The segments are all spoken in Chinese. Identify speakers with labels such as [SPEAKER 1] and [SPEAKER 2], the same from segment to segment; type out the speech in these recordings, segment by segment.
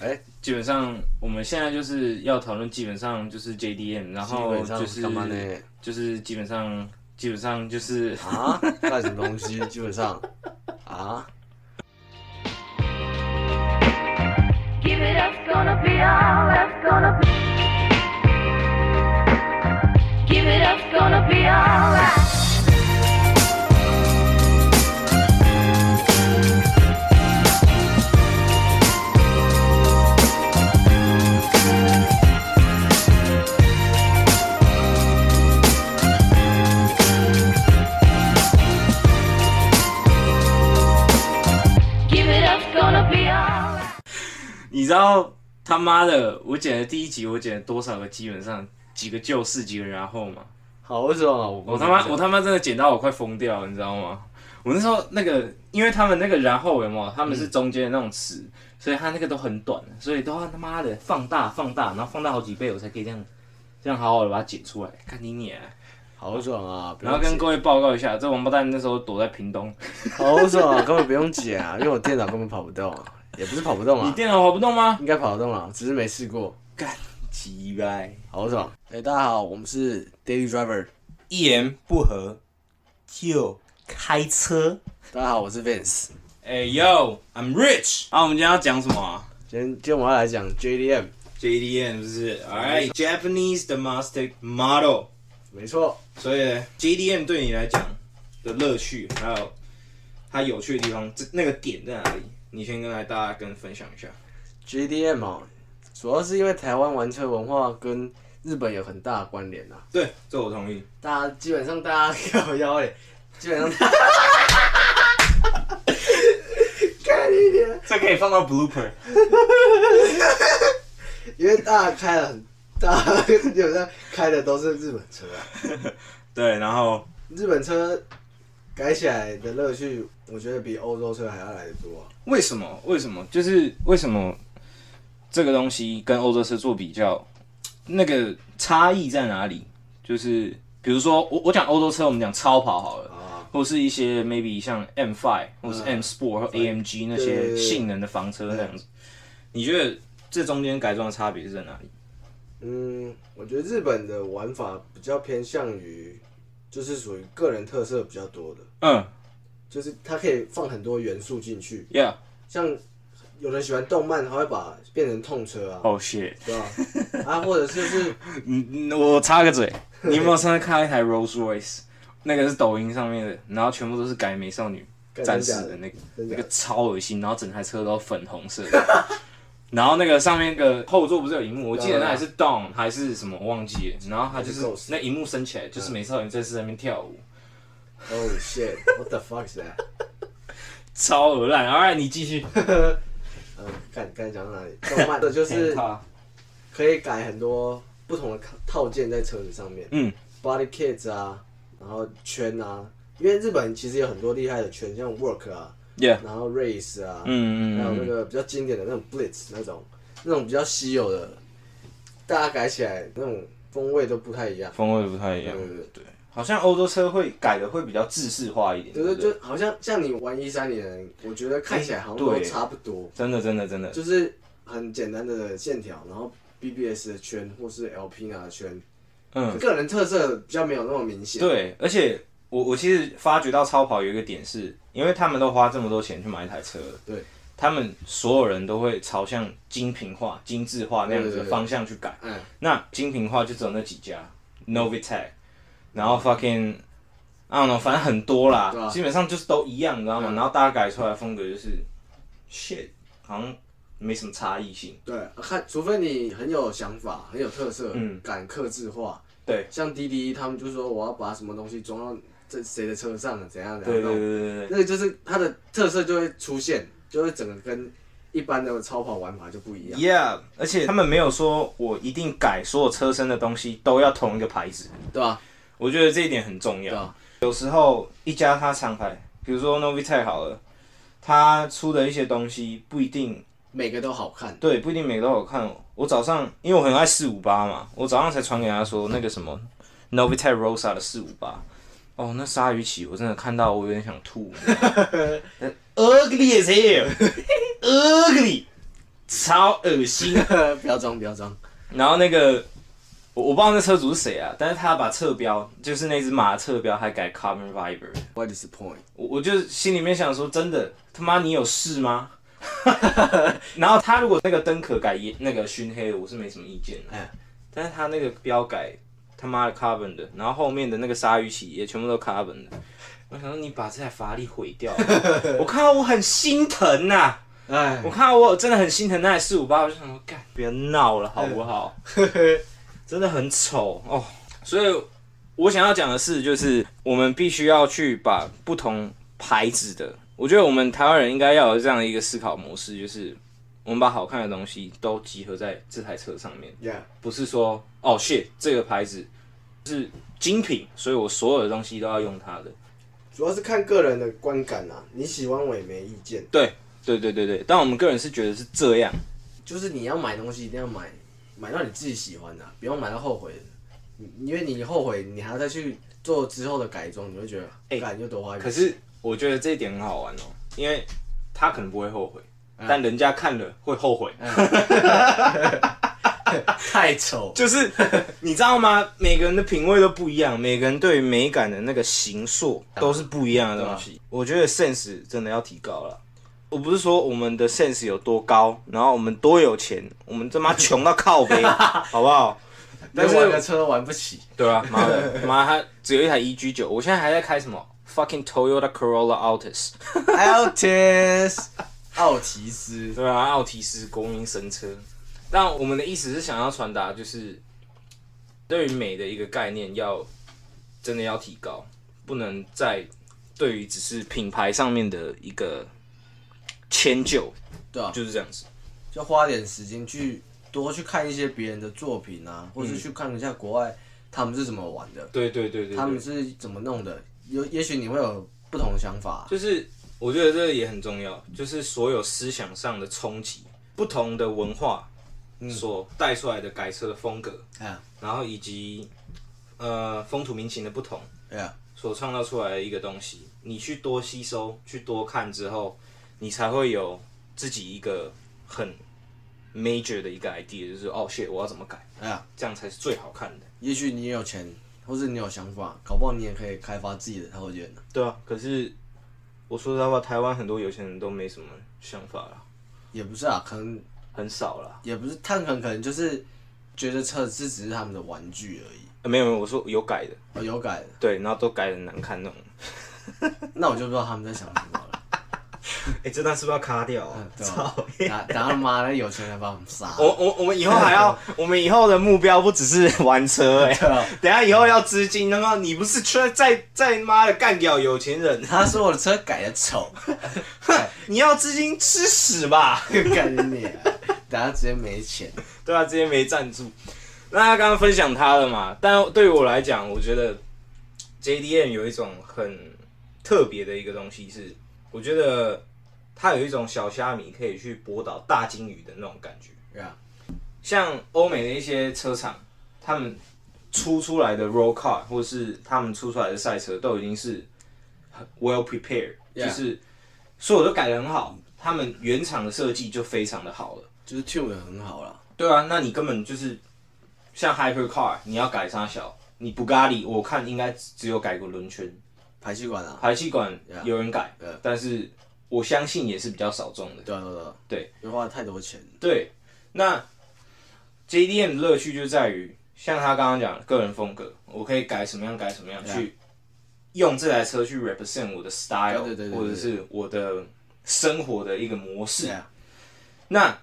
[SPEAKER 1] 哎、
[SPEAKER 2] 基本上我们现在就是要讨论，基本上就是 JDM，然
[SPEAKER 1] 基
[SPEAKER 2] 后
[SPEAKER 1] 本上
[SPEAKER 2] 就是
[SPEAKER 1] 干嘛呢？
[SPEAKER 2] 就是基本上基本上就是
[SPEAKER 1] 啊，干什么东西？基本上啊，
[SPEAKER 3] Give it up's gonna be all that's gonna be. Give it up's gonna be all right. Give it up's gonna be all right.
[SPEAKER 2] 你知道他妈的，我剪的第一集我剪了多少个？基本上几个旧事，几个然后嘛。
[SPEAKER 1] 好，为什么啊？我
[SPEAKER 2] 我他妈
[SPEAKER 1] 不
[SPEAKER 2] 我他妈真的剪到我快疯掉了，你知道吗？我那时候那个，因为他们那个然后有没有？他们是中间的那种词，所以他那个都很短，所以都要他妈的放大放大，然后放大好几倍，我才可以这样这样好好的把它剪出来。看你脸、
[SPEAKER 1] 好爽啊！不
[SPEAKER 2] 然
[SPEAKER 1] 用
[SPEAKER 2] 后跟
[SPEAKER 1] 剪
[SPEAKER 2] 各位报告一下，这王八蛋那时候躲在屏东，
[SPEAKER 1] 好爽啊，根本不用剪啊，因为我电脑根本跑不动啊，也不是跑不动
[SPEAKER 2] 你
[SPEAKER 1] 啊，
[SPEAKER 2] 电脑跑不动吗？
[SPEAKER 1] 应该跑得动啊，只是没试过。
[SPEAKER 2] 奇怪，
[SPEAKER 1] 好爽！哎、大家好，我们是 Daily Driver。
[SPEAKER 4] 一言不合就开车。
[SPEAKER 1] 大家好，我是 Vince。
[SPEAKER 2] 哎、yo，
[SPEAKER 4] I'm rich。
[SPEAKER 2] 啊，我们今天要讲什么、啊？
[SPEAKER 1] 今天今天我们要来讲 JDM，
[SPEAKER 2] JDM 是不是？Alright，Japanese domestic model。
[SPEAKER 1] 没错，
[SPEAKER 2] 所以呢 JDM 对你来讲的乐趣，还有它有趣的地方，这那个点在哪里？你先跟来大家跟分享一下。
[SPEAKER 1] JDM 哦，主要是因为台湾玩车文化跟日本有很大的关联啊。
[SPEAKER 2] 对，这我同意。
[SPEAKER 1] 大家基本上大家靠腰哎、基本上 大家
[SPEAKER 4] 这可以放到 blooper。
[SPEAKER 1] 因为大家开了很，大家基本上开的都是日本车啊。
[SPEAKER 2] 对，然后
[SPEAKER 1] 日本车改起来的乐趣，我觉得比欧洲车还要来得多、啊。
[SPEAKER 2] 为什么？为什么？就是为什么这个东西跟欧洲车做比较，那个差异在哪里？就是比如说，我我讲欧洲车，我们讲超跑好了。
[SPEAKER 1] 啊，
[SPEAKER 2] 或是一些 maybe 像 M5 或是 M Sport 或 AMG 那
[SPEAKER 1] 对对
[SPEAKER 2] 些
[SPEAKER 1] 对
[SPEAKER 2] 性能的房车那样子，你觉得这中间改装的差别是在哪里？
[SPEAKER 1] 嗯，我觉得日本的玩法比较偏向于，就是属于个人特色比较多的，
[SPEAKER 2] 嗯
[SPEAKER 1] 就是它可以放很多元素进去，
[SPEAKER 2] ，Yeah，
[SPEAKER 1] 像有人喜欢动漫，他会把变成痛车啊，
[SPEAKER 2] 哦、shit，
[SPEAKER 1] 对吧？啊，或者是就是
[SPEAKER 2] 嗯，我插个嘴，你有没有上次看到一台 Rolls Royce？那个是抖音上面的，然后全部都是改美少女
[SPEAKER 1] 干
[SPEAKER 2] 战士
[SPEAKER 1] 真假
[SPEAKER 2] 的那个，
[SPEAKER 1] 真
[SPEAKER 2] 那
[SPEAKER 1] 假
[SPEAKER 2] 个
[SPEAKER 1] 的
[SPEAKER 2] 超恶心，然后整台车都粉红色的。 然后那个上面那个后座不是有荧幕？我记得那还是 Dawn 还是什么忘记了。然后它就是
[SPEAKER 1] 啊还是 Ghost 嗯
[SPEAKER 2] 那荧幕升起来，就是美少女战士在那边跳舞。
[SPEAKER 1] ，Oh shit，what the fuck is that？
[SPEAKER 2] 超恶烂。Alright，你继续。
[SPEAKER 1] 嗯，看刚才讲到哪里？动漫的 就是可以改很多不同的套件在车子上面，
[SPEAKER 2] 嗯
[SPEAKER 1] ，body kits 啊，然后圈啊，因为日本其实有很多厉害的圈，像 work 啊，
[SPEAKER 2] ，Yeah，
[SPEAKER 1] 然后 race 啊，
[SPEAKER 2] 嗯
[SPEAKER 1] 还有那
[SPEAKER 2] 嗯嗯，
[SPEAKER 1] 个比较经典的那种 blitz 那种，那种比较稀有的，大家改起来那种风味都不太一样。
[SPEAKER 2] 风味不太一
[SPEAKER 1] 对
[SPEAKER 2] 样。
[SPEAKER 1] 对对，
[SPEAKER 2] 好像欧洲车会改的会比较制式化一点，
[SPEAKER 1] 对
[SPEAKER 2] 不
[SPEAKER 1] 对，就好像像你玩一三年，我觉得看起来好像都
[SPEAKER 2] 哎对
[SPEAKER 1] 差不多，
[SPEAKER 2] 真的真的真的，
[SPEAKER 1] 就是很简单的线条，然后 BBS 的圈或是 LPNA 的圈，
[SPEAKER 2] 嗯，
[SPEAKER 1] 个人特色比较没有那么明显。
[SPEAKER 2] 对，而且。我我其实发觉到超跑有一个点是，因为他们都花这么多钱去买一台车了，
[SPEAKER 1] 对，
[SPEAKER 2] 他们所有人都会朝向精品化、精致化那样子
[SPEAKER 1] 对对
[SPEAKER 2] 的
[SPEAKER 1] 对
[SPEAKER 2] 方向去改。
[SPEAKER 1] 嗯，
[SPEAKER 2] 那精品化就只有那几家，Novitec，然后 fucking，I don't know，反正很多啦，
[SPEAKER 1] 对啊
[SPEAKER 2] 基本上就是都一样，你知道吗？
[SPEAKER 1] 嗯
[SPEAKER 2] 然后大家改出来的风格就是，shit，好像没什么差异性。
[SPEAKER 1] 对，看除非你很有想法，很有特色，
[SPEAKER 2] 嗯
[SPEAKER 1] 敢克制化。
[SPEAKER 2] 对，
[SPEAKER 1] 像滴滴他们就说我要把什么东西装到这谁的车上，怎样怎
[SPEAKER 2] 对
[SPEAKER 1] 样。
[SPEAKER 2] 对对对对对，
[SPEAKER 1] 那个就是它的特色就会出现，就会整个跟一般的超跑玩法就不一样。
[SPEAKER 2] Yeah，而且他们没有说我一定改所有车身的东西都要同一个牌子，
[SPEAKER 1] 对吧、
[SPEAKER 2] 我觉得这一点很重要。
[SPEAKER 1] 对啊
[SPEAKER 2] 有时候一家它厂牌，比如说 Novitec 好了，它出的一些东西不一定
[SPEAKER 1] 每个都好看。
[SPEAKER 2] 对，不一定每个都好看哦。我早上因为我很爱四五八嘛，我早上才传给他说那个什么 Novitec Rosa 的四五八，哦，那鲨鱼鳍我真的看到我有点想 吐你知道吗，ugly as hell，ugly，超恶心。
[SPEAKER 1] 不要装，不要装。
[SPEAKER 2] 然后那个我我不知道那车主是谁啊，但是他把侧标就是那只马的侧标还改 Carbon Fiber，
[SPEAKER 1] What is the point？
[SPEAKER 2] 我我就心里面想说，真的他妈你有事吗？ 然后他如果那个灯壳改烟那个熏黑的，我是没什么意见的。
[SPEAKER 1] 哎
[SPEAKER 2] 但是他那个标改他妈的 carbon 的，然后后面的那个鲨鱼鳍也全部都 carbon 的。我想说你把这台法拉利毁掉了，我看到我很心疼呐、
[SPEAKER 1] 哎
[SPEAKER 2] 我，看到我真的很心疼那台四五八，我就想说干，别闹了好不好？真的很丑哦。所以我想要讲的是，就是我们必须要去把不同牌子的，我觉得我们台湾人应该要有这样的一个思考模式，就是我们把好看的东西都集合在这台车上面。
[SPEAKER 1] Yeah，
[SPEAKER 2] 不是说哦 shit 这个牌子是精品，所以我所有的东西都要用它的。
[SPEAKER 1] 主要是看个人的观感啊，你喜欢我也没意见。
[SPEAKER 2] 对对对对对，但我们个人是觉得是这样，
[SPEAKER 1] 就是你要买东西一定要买买到你自己喜欢的啊、不要买到后悔的。你因为你后悔，你还要再去做之后的改装，你会觉得，
[SPEAKER 2] 哎
[SPEAKER 1] 哎、又多花一笔。
[SPEAKER 2] 可是我觉得这一点很好玩哦，因为他可能不会后悔，
[SPEAKER 1] 嗯
[SPEAKER 2] 但人家看了会后悔。
[SPEAKER 1] 太丑，
[SPEAKER 2] 就是你知道吗？每个人的品味都不一样，每个人对于美感的那个形塑都是不一样的东
[SPEAKER 1] 啊
[SPEAKER 2] 西。我觉得 sense 真的要提高了。我不是说我们的 sense 有多高，然后我们多有钱，我们他妈穷到靠 背，好不好？但
[SPEAKER 1] 啊但
[SPEAKER 2] 是
[SPEAKER 1] 是玩个车玩不起。
[SPEAKER 2] 对啊，妈的，妈他只有一台 EG 九，我现在还在开什么 fucking Toyota Corolla Altis，
[SPEAKER 1] Altis，奥提斯，
[SPEAKER 2] 对啊，奥提斯国民神车。但我们的意思是想要传达，就是对于美的一个概念要真的要提高，不能再对于只是品牌上面的一个迁就，
[SPEAKER 1] 对啊，就
[SPEAKER 2] 就是这样子。
[SPEAKER 1] 就花点时间去多去看一些别人的作品啊，或是去看一下国外他们是怎么玩的，
[SPEAKER 2] 对对对对
[SPEAKER 1] 他们是怎么弄的，有也许你会有不同的想法。
[SPEAKER 2] 就是我觉得这个也很重要，就是所有思想上的冲击，不同的文化所带出来的改车的风格，
[SPEAKER 1] 哎，
[SPEAKER 2] 然后以及呃风土民情的不同
[SPEAKER 1] 对啊，
[SPEAKER 2] 所创造出来的一个东西，你去多吸收、去多看之后，你才会有自己一个很 major 的一个 idea，就是哦 shit，我要怎么改，
[SPEAKER 1] 哎呀，
[SPEAKER 2] 这样才是最好看的。
[SPEAKER 1] 也许你也有钱，或是你有想法，搞不好你也可以开发自己的套件呢。
[SPEAKER 2] 对啊，可是我说实在话，台湾很多有钱人都没什么想法了，
[SPEAKER 1] 也不是啊，可能
[SPEAKER 2] 很少了。
[SPEAKER 1] 也不是，他们可能可能就是觉得车子只是他们的玩具而已。
[SPEAKER 2] 呃没有没有，我说有改的，
[SPEAKER 1] 哦，有改的，
[SPEAKER 2] 对，然后都改的难看那种。
[SPEAKER 1] 那我就不知道他们在想什么 了。
[SPEAKER 2] 哎、这段是不是要卡掉、啊
[SPEAKER 1] 嗯，对吧？等等他妈的有钱人把我们杀了。
[SPEAKER 2] 我我我们以后还要，我们以后的目标不只是玩车哎、
[SPEAKER 1] 对啊
[SPEAKER 2] 等一下以后要资金，然后你不是缺在在妈的干掉有钱人，
[SPEAKER 1] 他说我的车改的丑，
[SPEAKER 2] 你要资金吃屎吧？
[SPEAKER 1] 干你娘！等下直接没钱。
[SPEAKER 2] 对啊，直接没赞助。那他刚刚分享他了嘛？但对于我来讲，我觉得 JDM 有一种很特别的一个东西是，我觉得它有一种小虾米可以去博导大金鱼的那种感觉。
[SPEAKER 1] 对啊，
[SPEAKER 2] 像欧美的一些车厂，他们出出来的 roll car 或是他们出出来的赛车，都已经是很 well prepared，、
[SPEAKER 1] Yeah
[SPEAKER 2] 就是所有都改得很好，他们原厂的设计就非常的好了。
[SPEAKER 1] 就是 tune 的很好啦。
[SPEAKER 2] 对啊，那你根本就是像 hyper car，你要改啥小？你布咖喱，我看应该只有改过轮圈，
[SPEAKER 1] 排气管啊，
[SPEAKER 2] 排气管
[SPEAKER 1] Yeah
[SPEAKER 2] 有人改
[SPEAKER 1] Yeah
[SPEAKER 2] 但是我相信也是比较少众的。
[SPEAKER 1] 对啊对啊对啊，
[SPEAKER 2] 对，
[SPEAKER 1] 又花了太多钱。
[SPEAKER 2] 对，那 JDM 的乐趣就在于，像他刚刚讲的个人风格，我可以改什么样改什么样，
[SPEAKER 1] 对啊
[SPEAKER 2] 去用这台车去 represent 我的 style，
[SPEAKER 1] 对对对对对
[SPEAKER 2] 或者是我的生活的一个模式。
[SPEAKER 1] 对啊，
[SPEAKER 2] 那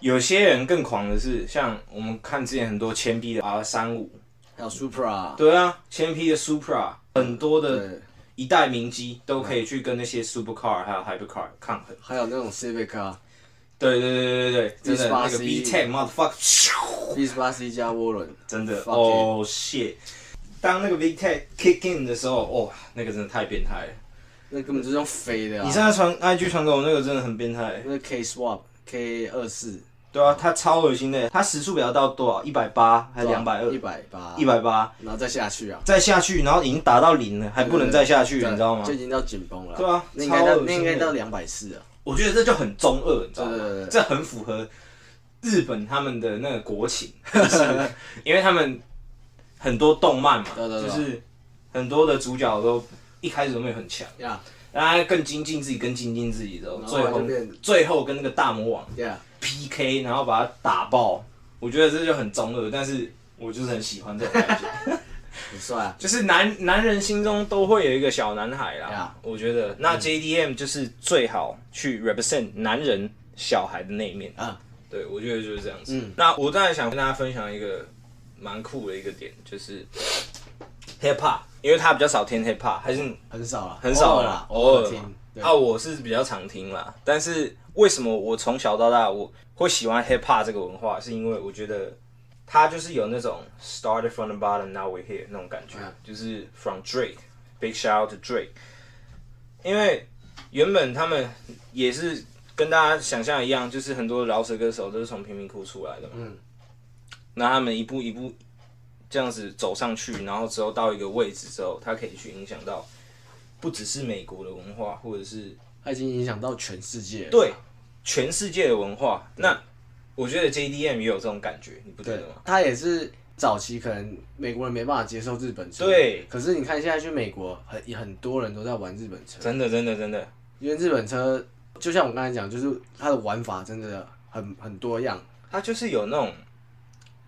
[SPEAKER 2] 有些人更狂的是，像我们看之前很多铅笔的 R 三五，
[SPEAKER 1] 还有 Supra，
[SPEAKER 2] 对啊，铅笔的 Supra，很多的
[SPEAKER 1] 对，啊
[SPEAKER 2] 一代名机都可以去跟那些 Supercar 还有 Hypercar 抗衡。
[SPEAKER 1] 还有那种 Civic 啊
[SPEAKER 2] 对对对对对对，真的那个 B
[SPEAKER 1] B8C
[SPEAKER 2] Ten motherfucker。
[SPEAKER 1] ，B 十八 C 加涡轮，
[SPEAKER 2] 真的
[SPEAKER 1] Fuck it
[SPEAKER 2] 哦、shit！当那个 VTech kick in 的时候，哦，那个真的太变态了。
[SPEAKER 1] 那根本就是用飞的啊。
[SPEAKER 2] 你现在传 IG 传给我那个真的很变态，
[SPEAKER 1] 那 K Swap K 二四，
[SPEAKER 2] 对啊，它超恶心的，它时速表到多少？一百八还是两百二
[SPEAKER 1] 啊一？百八，
[SPEAKER 2] 一，百八，
[SPEAKER 1] 然后再下去啊，
[SPEAKER 2] 再下去，然后已经打到零了，还不能再下去，
[SPEAKER 1] 对啊
[SPEAKER 2] 你知道吗
[SPEAKER 1] 就？已经到紧绷了。
[SPEAKER 2] 对啊
[SPEAKER 1] 那应该到
[SPEAKER 2] 超恶心
[SPEAKER 1] 那
[SPEAKER 2] 的
[SPEAKER 1] 应该到两百四啊。
[SPEAKER 2] 我觉得这就很中二，你知道吗
[SPEAKER 1] 对对对？对
[SPEAKER 2] 这很符合日本他们的那个国情， 就是因为他们很多动漫嘛，
[SPEAKER 1] 对对对
[SPEAKER 2] 就是很多的主角都一开始都没有很强，
[SPEAKER 1] 呀
[SPEAKER 2] 然后他更精进自己，更精进自己之后，
[SPEAKER 1] 然后
[SPEAKER 2] 最
[SPEAKER 1] 他就
[SPEAKER 2] 后
[SPEAKER 1] 变
[SPEAKER 2] 最后跟那个大魔王
[SPEAKER 1] 呀，
[SPEAKER 2] PK，然后把他打爆，我觉得这就很中二，但是我就是很喜欢这种 感觉。
[SPEAKER 1] 很帅啊，
[SPEAKER 2] 就是男男人心中都会有一个小男孩啦。
[SPEAKER 1] Yeah. 嗯
[SPEAKER 2] 我觉得那 JDM 就是最好去 represent 男人小孩的那一面。
[SPEAKER 1] 啊，
[SPEAKER 2] 对，我觉得就是这样子。
[SPEAKER 1] 嗯
[SPEAKER 2] 那我再想跟大家分享一个蛮酷的一个点，就是 hip hop，因为他比较少听 hip hop，还是
[SPEAKER 1] 很少了，
[SPEAKER 2] 很少
[SPEAKER 1] 偶尔
[SPEAKER 2] 啦
[SPEAKER 1] 啦，，
[SPEAKER 2] 偶尔
[SPEAKER 1] 听
[SPEAKER 2] 嘛。
[SPEAKER 1] 对
[SPEAKER 2] 啊，我是比较常听啦，但是为什么我从小到大我会喜欢 hip hop 这个文化，是因为我觉得它就是有那种 started from the bottom now we're here 那种感觉，
[SPEAKER 1] 嗯
[SPEAKER 2] 就是 from Drake big shout out to Drake，因为原本他们也是跟大家想象一样，就是很多饶舌歌手都是从贫民窟出来的嘛，
[SPEAKER 1] 嗯
[SPEAKER 2] 那他们一步一步这样子走上去，然后之后到一个位置之后，他可以去影响到不只是美国的文化，或者是
[SPEAKER 1] 他已经影响到全世界了。
[SPEAKER 2] 对全世界的文化。那我觉得 JDM 也有这种感觉，你不觉
[SPEAKER 1] 对
[SPEAKER 2] 得吗？，
[SPEAKER 1] 他也是早期可能美国人没办法接受日本车，
[SPEAKER 2] 对
[SPEAKER 1] 可是你看现在去美国，很很多人都在玩日本车，
[SPEAKER 2] 真的，真的，真的，
[SPEAKER 1] 因为日本车就像我刚才讲，就是它的玩法真的很很多样，
[SPEAKER 2] 他就是有那种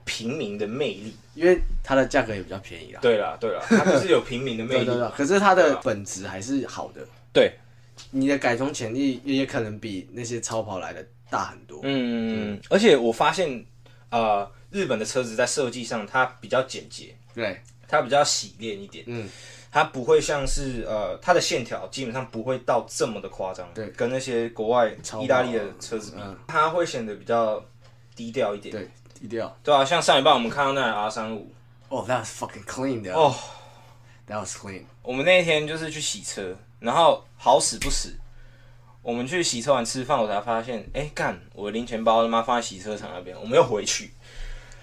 [SPEAKER 2] 平民的魅力。
[SPEAKER 1] 因为它的价格也比较便宜啦。
[SPEAKER 2] 对啦，对 啦，他就是有平民的魅
[SPEAKER 1] 对
[SPEAKER 2] 力。
[SPEAKER 1] 对对，可是它的本质还是好的，
[SPEAKER 2] 对，
[SPEAKER 1] 你的改装潜力也可能比那些超跑来的大很多。
[SPEAKER 2] 嗯，而且我发现，呃，日本的车子在设计上它比较简洁，
[SPEAKER 1] 对，
[SPEAKER 2] 它比较洗练一点，
[SPEAKER 1] 嗯，
[SPEAKER 2] 它不会像是呃，它的线条基本上不会到这么的夸张，
[SPEAKER 1] 对
[SPEAKER 2] 跟那些国外
[SPEAKER 1] 超
[SPEAKER 2] 意大利的车子比，
[SPEAKER 1] 嗯
[SPEAKER 2] 它会显得比较低调一点，
[SPEAKER 1] 对，低调。
[SPEAKER 2] 对啊，像上一半我们看到那 R 三五，
[SPEAKER 1] 哦、t h a t was fucking clean 的。
[SPEAKER 2] 哦，
[SPEAKER 1] That was clean。
[SPEAKER 2] 我们那一天就是去洗车，然后好死不死，我们去洗车完吃饭，我才发现，哎、干，我的零钱包他妈放在洗车场那边，我们又回去，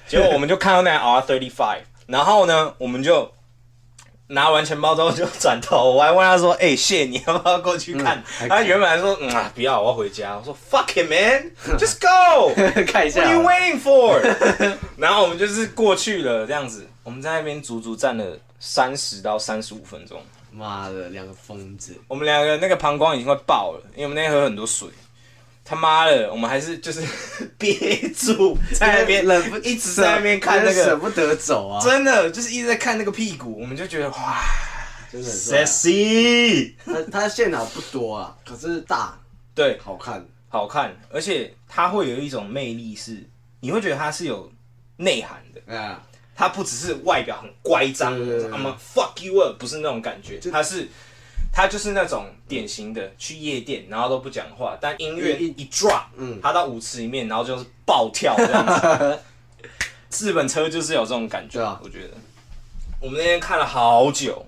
[SPEAKER 2] 结果我们就看到那 R thirty five，然后呢，我们就拿完钱包之后就转头，我还问他说，哎、谢，你要不要过去看？
[SPEAKER 1] 嗯
[SPEAKER 2] 他原本还说，嗯啊，不要，我要回家。我说，fuck it man，just go 。
[SPEAKER 1] 看一
[SPEAKER 2] What
[SPEAKER 1] 下
[SPEAKER 2] are you waiting for？然后我们就是过去了，这样子，我们在那边足足站了三十到三十五分钟。
[SPEAKER 1] 妈的，两个疯子。
[SPEAKER 2] 我们两个那个膀胱已经快爆了，因为我们那天喝很多水。他妈的，我们还是就是 憋住在那边，
[SPEAKER 1] 忍不
[SPEAKER 2] 一直在那边看那
[SPEAKER 1] 真的舍
[SPEAKER 2] 个，
[SPEAKER 1] 不得走啊，
[SPEAKER 2] 真的就是一直在看那个屁股，我们就觉得哇
[SPEAKER 1] 真的很帅啊
[SPEAKER 2] ，sexy，
[SPEAKER 1] 他他线条不多啊，可是大
[SPEAKER 2] 对，
[SPEAKER 1] 好看，
[SPEAKER 2] 好看，而且它会有一种魅力是，你会觉得它是有内涵的。
[SPEAKER 1] 哎呀，
[SPEAKER 2] 他不只是外表很乖张
[SPEAKER 1] 对对对
[SPEAKER 2] ，I'm gonna fuck you up，不是那种感觉，
[SPEAKER 1] 就
[SPEAKER 2] 他是他就是那种典型的去夜店，然后都不讲话，但音乐
[SPEAKER 1] 一
[SPEAKER 2] 一 drop，
[SPEAKER 1] 嗯
[SPEAKER 2] 他到舞池里面，然后就是暴跳这样子。 日本车就是有这种感觉，
[SPEAKER 1] 对啊
[SPEAKER 2] 我觉得我们那天看了好久，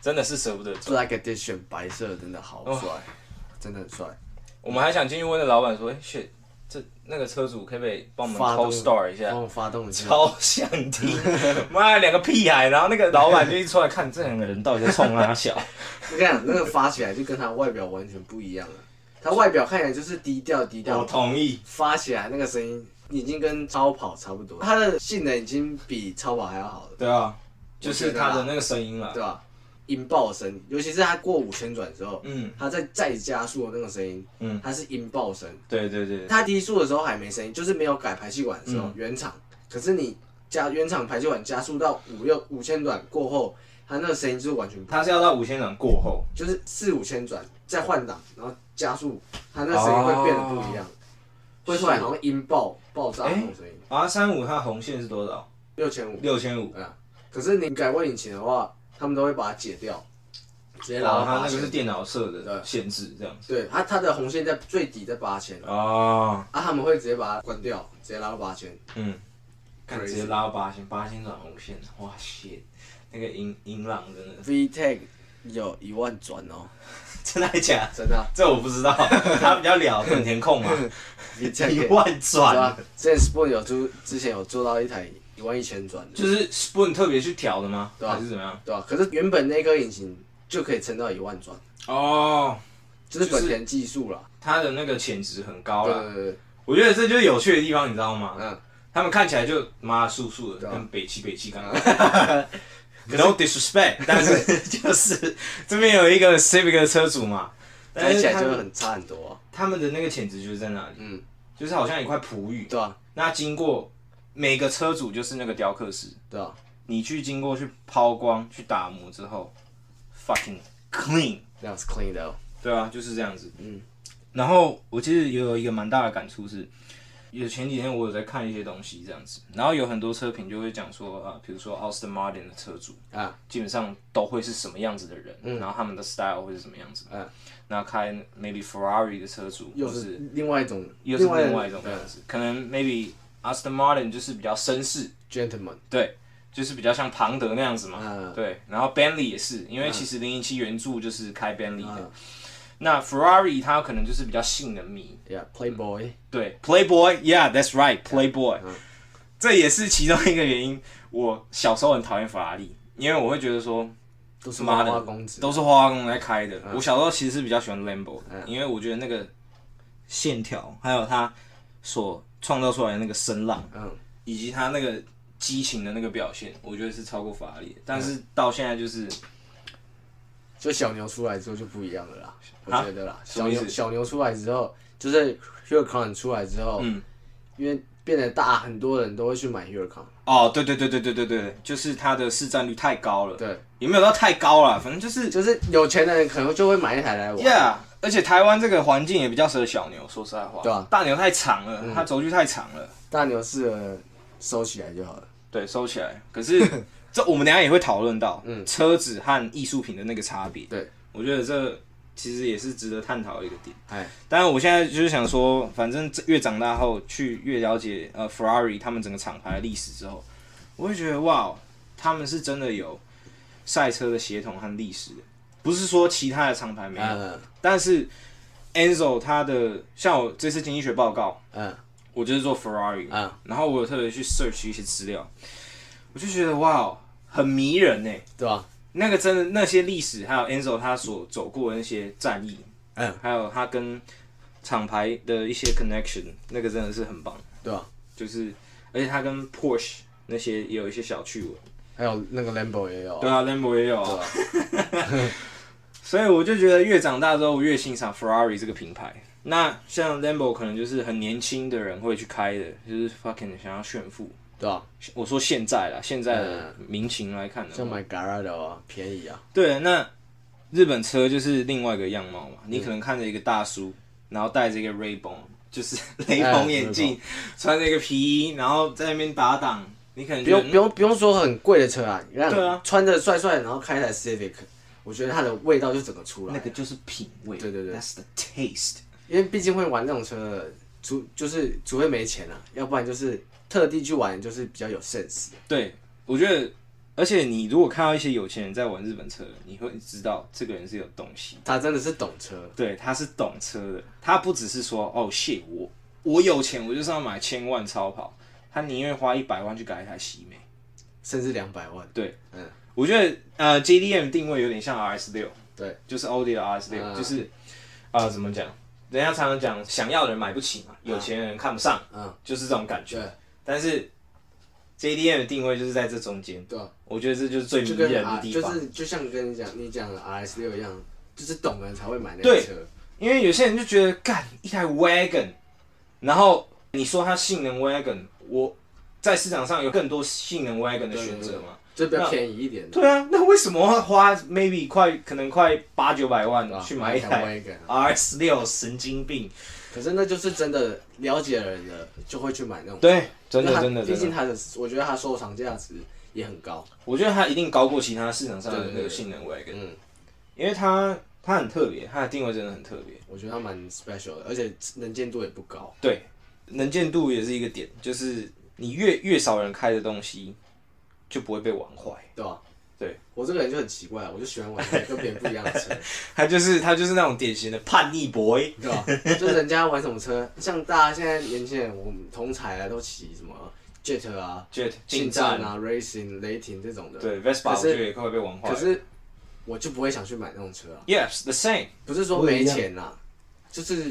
[SPEAKER 2] 真的是舍不得走。
[SPEAKER 1] Black Edition 白色真的好帅，真的很帅，
[SPEAKER 2] 我们还想进去问那老板说，哎、shit，这那个车主可不可以帮我们 co star 一下？
[SPEAKER 1] 帮我发动一下，
[SPEAKER 2] 超想听，妈两个屁孩，然后那个老板就一出来看这两个人到底在冲 哪小，
[SPEAKER 1] 我跟你讲，那个发起来就跟他外表完全不一样了，他外表看起来就是低调低调，
[SPEAKER 2] 同意，
[SPEAKER 1] 发起来那个声音已经跟超跑差不多，他的性能已经比超跑还要好了，
[SPEAKER 2] 对啊，就
[SPEAKER 1] 就是是
[SPEAKER 2] 他
[SPEAKER 1] 他
[SPEAKER 2] 的
[SPEAKER 1] 的
[SPEAKER 2] 那
[SPEAKER 1] 那
[SPEAKER 2] 个声音嘛
[SPEAKER 1] 对，啊吧？音爆声，尤其是他过五千转之后，
[SPEAKER 2] 嗯
[SPEAKER 1] 他在再加速的那个声音，
[SPEAKER 2] 嗯，
[SPEAKER 1] 它是音爆声。
[SPEAKER 2] 对对对，
[SPEAKER 1] 它低速的时候还没声音，就是没有改排气管的时候、
[SPEAKER 2] 嗯
[SPEAKER 1] 原厂。可是你加原厂排气管加速到五六五千转过后，它那个声音就是完全不，
[SPEAKER 2] 他是要到五千转过后，
[SPEAKER 1] 就是四五千转再换挡，然后加速，它那声音会变得不一样，
[SPEAKER 2] 哦
[SPEAKER 1] 会出来好像音爆爆炸那种声音，
[SPEAKER 2] R 啊三五它的红线是多少？
[SPEAKER 1] 六千五
[SPEAKER 2] 六千五，
[SPEAKER 1] 啊。可是你改为引擎的话，他们都会把它解掉，直接
[SPEAKER 2] 然
[SPEAKER 1] 拉
[SPEAKER 2] 后
[SPEAKER 1] 到
[SPEAKER 2] 它哦那
[SPEAKER 1] 八
[SPEAKER 2] 个
[SPEAKER 1] 千
[SPEAKER 2] 是。电脑设的
[SPEAKER 1] 对
[SPEAKER 2] 限制这样子，
[SPEAKER 1] 对它它的红线在最底在八千，
[SPEAKER 2] 哦，
[SPEAKER 1] 啊他们会直接把它关掉，直接拉到八千。
[SPEAKER 2] 嗯，看
[SPEAKER 1] Crazy
[SPEAKER 2] 直接拉到八千，八千转红线，哇塞，那个音音浪真的
[SPEAKER 1] VTEC 有一万转哦，
[SPEAKER 2] 真的还假的？
[SPEAKER 1] 真的啊、
[SPEAKER 2] 这我不知道，他比较了本田控 嘛，一万
[SPEAKER 1] 对
[SPEAKER 2] 转
[SPEAKER 1] 啊，，之前 Spoon 有做，之前有做到一台一万一千转的，
[SPEAKER 2] 就是 Spoon 特别去调的吗？
[SPEAKER 1] 对啊
[SPEAKER 2] 还是怎么样？
[SPEAKER 1] 对吧、可是原本那颗引擎就可以撑到一万转，
[SPEAKER 2] 哦，
[SPEAKER 1] 就是本田技术啦。
[SPEAKER 2] 它的那个潜值很高
[SPEAKER 1] 对
[SPEAKER 2] 啦。
[SPEAKER 1] 对对，
[SPEAKER 2] 我觉得这就是有趣的地方，你知道吗？
[SPEAKER 1] 嗯
[SPEAKER 2] 他们看起来就妈素素的，
[SPEAKER 1] 对啊
[SPEAKER 2] 跟北汽北汽刚刚。No disrespect，但 是就是这边有一个 Civic 的车主嘛，但
[SPEAKER 1] 看
[SPEAKER 2] 是
[SPEAKER 1] 起来
[SPEAKER 2] 他
[SPEAKER 1] 就
[SPEAKER 2] 们
[SPEAKER 1] 很差很多啊、
[SPEAKER 2] 他们的那个潜质就是在那里，
[SPEAKER 1] 嗯，
[SPEAKER 2] 就是好像一块璞玉，
[SPEAKER 1] 对啊，
[SPEAKER 2] 那经过每个车主就是那个雕刻师，
[SPEAKER 1] 对啊，
[SPEAKER 2] 你去经过去抛光、去打磨之后，fucking clean，
[SPEAKER 1] 这样是 clean 的哦。
[SPEAKER 2] 对啊，就是这样子。
[SPEAKER 1] 嗯，
[SPEAKER 2] 然后我其实也有一个蛮大的感触是，有前几天我有在看一些东西这样子，然后有很多车评就会讲说啊，比如说 Austin Martin 的车主
[SPEAKER 1] 啊，
[SPEAKER 2] 基本上都会是什么样子的人，然后他们的 style 会是什么样子。
[SPEAKER 1] 嗯，
[SPEAKER 2] 那开 maybe Ferrari 的车主
[SPEAKER 1] 又
[SPEAKER 2] 或
[SPEAKER 1] 是
[SPEAKER 2] 是
[SPEAKER 1] 另外一种，呃
[SPEAKER 2] 又是另外一种
[SPEAKER 1] 对
[SPEAKER 2] 样子，可能 maybe Aston Martin 就是比较绅士，
[SPEAKER 1] gentleman
[SPEAKER 2] 对，就是比较像庞德那样子嘛，
[SPEAKER 1] 嗯
[SPEAKER 2] 对。然后 Bentley 也是，因为其实零零七原著就是开 Bentley 的。
[SPEAKER 1] 嗯
[SPEAKER 2] 那 Ferrari 它可能就是比较性能迷，
[SPEAKER 1] ，yeah，playboy，
[SPEAKER 2] 对，Playboy，yeah，that's right，Playboy，、这
[SPEAKER 1] 嗯
[SPEAKER 2] 也是其中一个原因。我小时候很讨厌法拉利，因为我会觉得说，
[SPEAKER 1] 都是
[SPEAKER 2] 妈
[SPEAKER 1] 花
[SPEAKER 2] 的
[SPEAKER 1] 花公子，嗯
[SPEAKER 2] 都是花花公子在开的。我小时候其实是比较喜欢 Lambo 的，因为我觉得那个线条，还有它所创造出来的那个声浪，
[SPEAKER 1] 嗯，
[SPEAKER 2] 以及它那个激情的那个表现，我觉得是超过法拉利的。但是
[SPEAKER 1] 嗯
[SPEAKER 2] 到现在就是
[SPEAKER 1] 就小牛出来之后就不一样了啦，我
[SPEAKER 2] 啊
[SPEAKER 1] 觉得啦，
[SPEAKER 2] 什
[SPEAKER 1] 小
[SPEAKER 2] 么意思
[SPEAKER 1] 牛小牛出来之后，就是 Huracan 出来之后，
[SPEAKER 2] 嗯，
[SPEAKER 1] 因为变得大，很多人都会去买 Huracan，
[SPEAKER 2] 哦，对对对对对对对，就是它的市占率太高了，
[SPEAKER 1] 对，
[SPEAKER 2] 也没有到太高了，反正就是
[SPEAKER 1] 就是有钱的人可能就会买一台来玩
[SPEAKER 2] Yeah，而且台湾这个环境也比较适合小牛，说实在话，
[SPEAKER 1] 对啊
[SPEAKER 2] 大牛太长了，它轴距太长了，
[SPEAKER 1] 大牛适合收起来就好了，
[SPEAKER 2] 对，收起来。可 是这我们等一下也会讨论到，车子和艺术品的那个差别。
[SPEAKER 1] 嗯对，
[SPEAKER 2] 我觉得这其实也是值得探讨的一个点。
[SPEAKER 1] 哎，
[SPEAKER 2] 当然，我现在就是想说，反正这越长大后去越了解呃 Ferrari 他们整个厂牌的历史之后，我会觉得哇，他们是真的有赛车的协同和历史的，不是说其他的厂牌没有。
[SPEAKER 1] 嗯
[SPEAKER 2] 但是 Enzo 他的像我这次经济学报告，
[SPEAKER 1] 嗯
[SPEAKER 2] 我就是做 Ferrari，、
[SPEAKER 1] 嗯
[SPEAKER 2] 然后我有特别去 search 一些资料，我就觉得哇，哦很迷人呢。
[SPEAKER 1] 对啊吧？
[SPEAKER 2] 那个真的那些历史，还有 Enzo 他所走过的那些战役，
[SPEAKER 1] 嗯，
[SPEAKER 2] 还有他跟厂牌的一些 connection，那个真的是很棒。
[SPEAKER 1] 对啊吧？
[SPEAKER 2] 就是而且他跟 Porsche 那些也有一些小趣闻，
[SPEAKER 1] 还有那个 Lambo 也有，
[SPEAKER 2] 对啊，Lambo 也有
[SPEAKER 1] 哦对啊
[SPEAKER 2] 啊
[SPEAKER 1] 吧，？
[SPEAKER 2] 所以我就觉得越长大之后，我越欣赏 Ferrari 这个品牌。那像 Lambo 可能就是很年轻的人会去开的，就是 fucking 想要炫富。
[SPEAKER 1] 对吧？
[SPEAKER 2] 我说现在啦，现在的民情来看的
[SPEAKER 1] 嗯像
[SPEAKER 2] 话，
[SPEAKER 1] 买 Garado 啊，便宜啊，
[SPEAKER 2] 对，那日本车就是另外一个样貌
[SPEAKER 1] 嗯
[SPEAKER 2] 嘛。你可能看着一个大叔，然后戴着一个 Ray Ban，就是
[SPEAKER 1] 哎
[SPEAKER 2] 雷朋眼镜，穿着一个皮衣，然后在那边打挡，你可能
[SPEAKER 1] 不
[SPEAKER 2] 就
[SPEAKER 1] 用不用不用说很贵的车啊，你看，
[SPEAKER 2] 嗯对啊
[SPEAKER 1] 穿着帅帅，然后开一台 Civic，我觉得它的味道就整个出来。
[SPEAKER 2] 那个就是品味，
[SPEAKER 1] 对对对
[SPEAKER 2] ，That's the taste。
[SPEAKER 1] 因为毕竟会玩这种车的，除就是除非没钱啊，要不然就是特地去玩，就是比较有 sense 的。
[SPEAKER 2] 对，我觉得，而且你如果看到一些有钱人在玩日本车，你会知道这个人是有东西，
[SPEAKER 1] 他真的是懂车，
[SPEAKER 2] 对，他是懂车的，他不只是说哦谢我我有钱，我就是要买千万超跑，他宁愿花一百万去改一台喜美。
[SPEAKER 1] 甚至两百万。
[SPEAKER 2] 对，
[SPEAKER 1] 嗯，
[SPEAKER 2] 我觉得呃 JDM 定位有点像 RS 六，
[SPEAKER 1] 对，
[SPEAKER 2] 就是奥迪的 RS 六、
[SPEAKER 1] 嗯
[SPEAKER 2] 就是啊、呃怎么讲？人家常常讲，想要的人买不起嘛，有钱人看不上，
[SPEAKER 1] 嗯，
[SPEAKER 2] 就是这种感觉
[SPEAKER 1] 对。
[SPEAKER 2] 但是 JDM 的定位就是在这中间，
[SPEAKER 1] 对啊，
[SPEAKER 2] 我觉得这就是最迷
[SPEAKER 1] 就
[SPEAKER 2] 人
[SPEAKER 1] 跟
[SPEAKER 2] 的
[SPEAKER 1] R
[SPEAKER 2] 地方。
[SPEAKER 1] 就是就像跟你讲你讲的 RS 六一样，就是懂的人才会买那
[SPEAKER 2] 对
[SPEAKER 1] 台车。
[SPEAKER 2] 因为有些人就觉得干一台 wagon，然后你说它性能 wagon，我在市场上有更多性能 wagon 的选择嘛？
[SPEAKER 1] 就比
[SPEAKER 2] 那
[SPEAKER 1] 较便宜一点的，
[SPEAKER 2] 对啊，那为什么要花 maybe 快可能快八九百万
[SPEAKER 1] 对吧？
[SPEAKER 2] 去买一
[SPEAKER 1] 台
[SPEAKER 2] 台
[SPEAKER 1] Wagon 啊
[SPEAKER 2] RS 六？神经病！
[SPEAKER 1] 可是那就是真的了解的人的就会去买那种。，
[SPEAKER 2] 对，真的
[SPEAKER 1] 它
[SPEAKER 2] 真的
[SPEAKER 1] 毕
[SPEAKER 2] 真
[SPEAKER 1] 竟
[SPEAKER 2] 的，
[SPEAKER 1] 它的，我觉得它收藏价值也很高。
[SPEAKER 2] 我觉得它一定高过其他市场上的
[SPEAKER 1] 对对
[SPEAKER 2] 那个
[SPEAKER 1] 对
[SPEAKER 2] 性能 wagon，
[SPEAKER 1] 嗯，
[SPEAKER 2] 因为它它很特别，它的定位真的很特别。
[SPEAKER 1] 我觉得它蛮 special 的，而且能见度也不高。
[SPEAKER 2] 对，能见度也是一个点，就是你越越少人开的东西，就不会被玩坏。
[SPEAKER 1] 对吧？
[SPEAKER 2] 对，
[SPEAKER 1] 我这个人就很奇怪，我就喜欢玩那种跟别人不一样的车，
[SPEAKER 2] 他就是他就是那种典型的叛逆 boy。
[SPEAKER 1] 对吧？ 就是人家玩什么车，像大家现在年轻人，我们同彩啊都骑什么 Jet 啊、
[SPEAKER 2] Jet
[SPEAKER 1] 进
[SPEAKER 2] 进
[SPEAKER 1] 站
[SPEAKER 2] 站，
[SPEAKER 1] 啊、Racing、雷霆这种的，
[SPEAKER 2] 对 Vespa
[SPEAKER 1] 可
[SPEAKER 2] 我
[SPEAKER 1] 是
[SPEAKER 2] 觉得也快被玩坏。
[SPEAKER 1] 可是我就不会想去买那种车啊，
[SPEAKER 2] Yes the same，
[SPEAKER 1] 啊不是说没钱啦、就是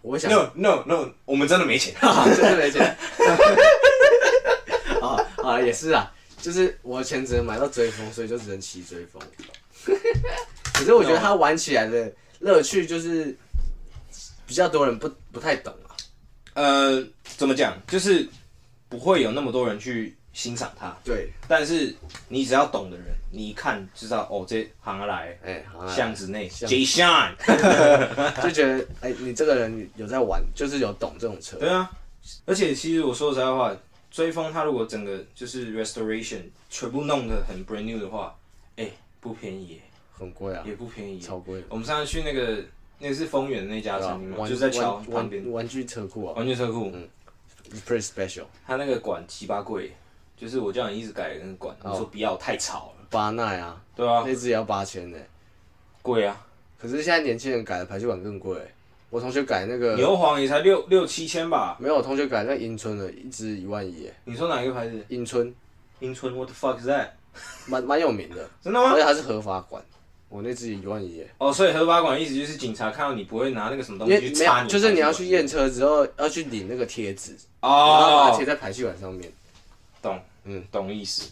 [SPEAKER 1] 我想
[SPEAKER 2] No No No，我们真的没钱。
[SPEAKER 1] 啊，真的没钱。 啊啊，也是啊，就是我的钱只能买到追风，所以就只能骑追风。 可是我觉得它玩起来的乐趣就是比较多人不不太懂啊。
[SPEAKER 2] 呃，怎么讲？就是不会有那么多人去欣赏它，
[SPEAKER 1] 对，
[SPEAKER 2] 但是你只要懂的人，你一看就知道哦，这行来
[SPEAKER 1] 哎、好像
[SPEAKER 2] 巷子内
[SPEAKER 1] 巷
[SPEAKER 2] J Shine。
[SPEAKER 1] 就觉得哎、你这个人有在玩，就是有懂这种车。
[SPEAKER 2] 对啊，而且其实我说实在话，追风它如果整个就是 restoration 全部弄得很 brand new 的话，哎、不便宜耶，
[SPEAKER 1] 很贵啊
[SPEAKER 2] 也，不便宜耶。
[SPEAKER 1] 超贵。
[SPEAKER 2] 我们上次去那个那个是丰原那家
[SPEAKER 1] 对
[SPEAKER 2] 餐
[SPEAKER 1] 啊
[SPEAKER 2] 厅嘛，
[SPEAKER 1] 玩
[SPEAKER 2] 就在桥
[SPEAKER 1] 玩
[SPEAKER 2] 旁边
[SPEAKER 1] 玩玩具车库啊
[SPEAKER 2] 玩具车库，
[SPEAKER 1] ，pretty special，
[SPEAKER 2] 它那个管鸡巴贵，就是我叫你一直改那个管，你
[SPEAKER 1] 嗯
[SPEAKER 2] 说不要太吵了，
[SPEAKER 1] 巴奈啊，
[SPEAKER 2] 对啊，
[SPEAKER 1] 那只也要八千呢。
[SPEAKER 2] 贵啊，
[SPEAKER 1] 可是现在年轻人改的排气管更贵、我同学改那个
[SPEAKER 2] 牛黄也才六六七千吧？
[SPEAKER 1] 没有，我同学改那英村的，一支一万一耶，
[SPEAKER 2] 你说哪一个牌子？
[SPEAKER 1] 英村
[SPEAKER 2] 英村，What the fuck is that？
[SPEAKER 1] 蛮蛮有名的，
[SPEAKER 2] 真的
[SPEAKER 1] 而
[SPEAKER 2] 吗？
[SPEAKER 1] 且还是合法管。我那支一万一耶，
[SPEAKER 2] 哦，所以合法管意思就是警察看到你不会拿那个什么东
[SPEAKER 1] 因为
[SPEAKER 2] 西去
[SPEAKER 1] 没
[SPEAKER 2] 插
[SPEAKER 1] 有，
[SPEAKER 2] 哦你，
[SPEAKER 1] 就是你要去验车之后要去领那个贴纸，然后把它
[SPEAKER 2] 哦
[SPEAKER 1] 贴，在排气管上面。
[SPEAKER 2] 懂，
[SPEAKER 1] 嗯
[SPEAKER 2] 嗯，懂意思。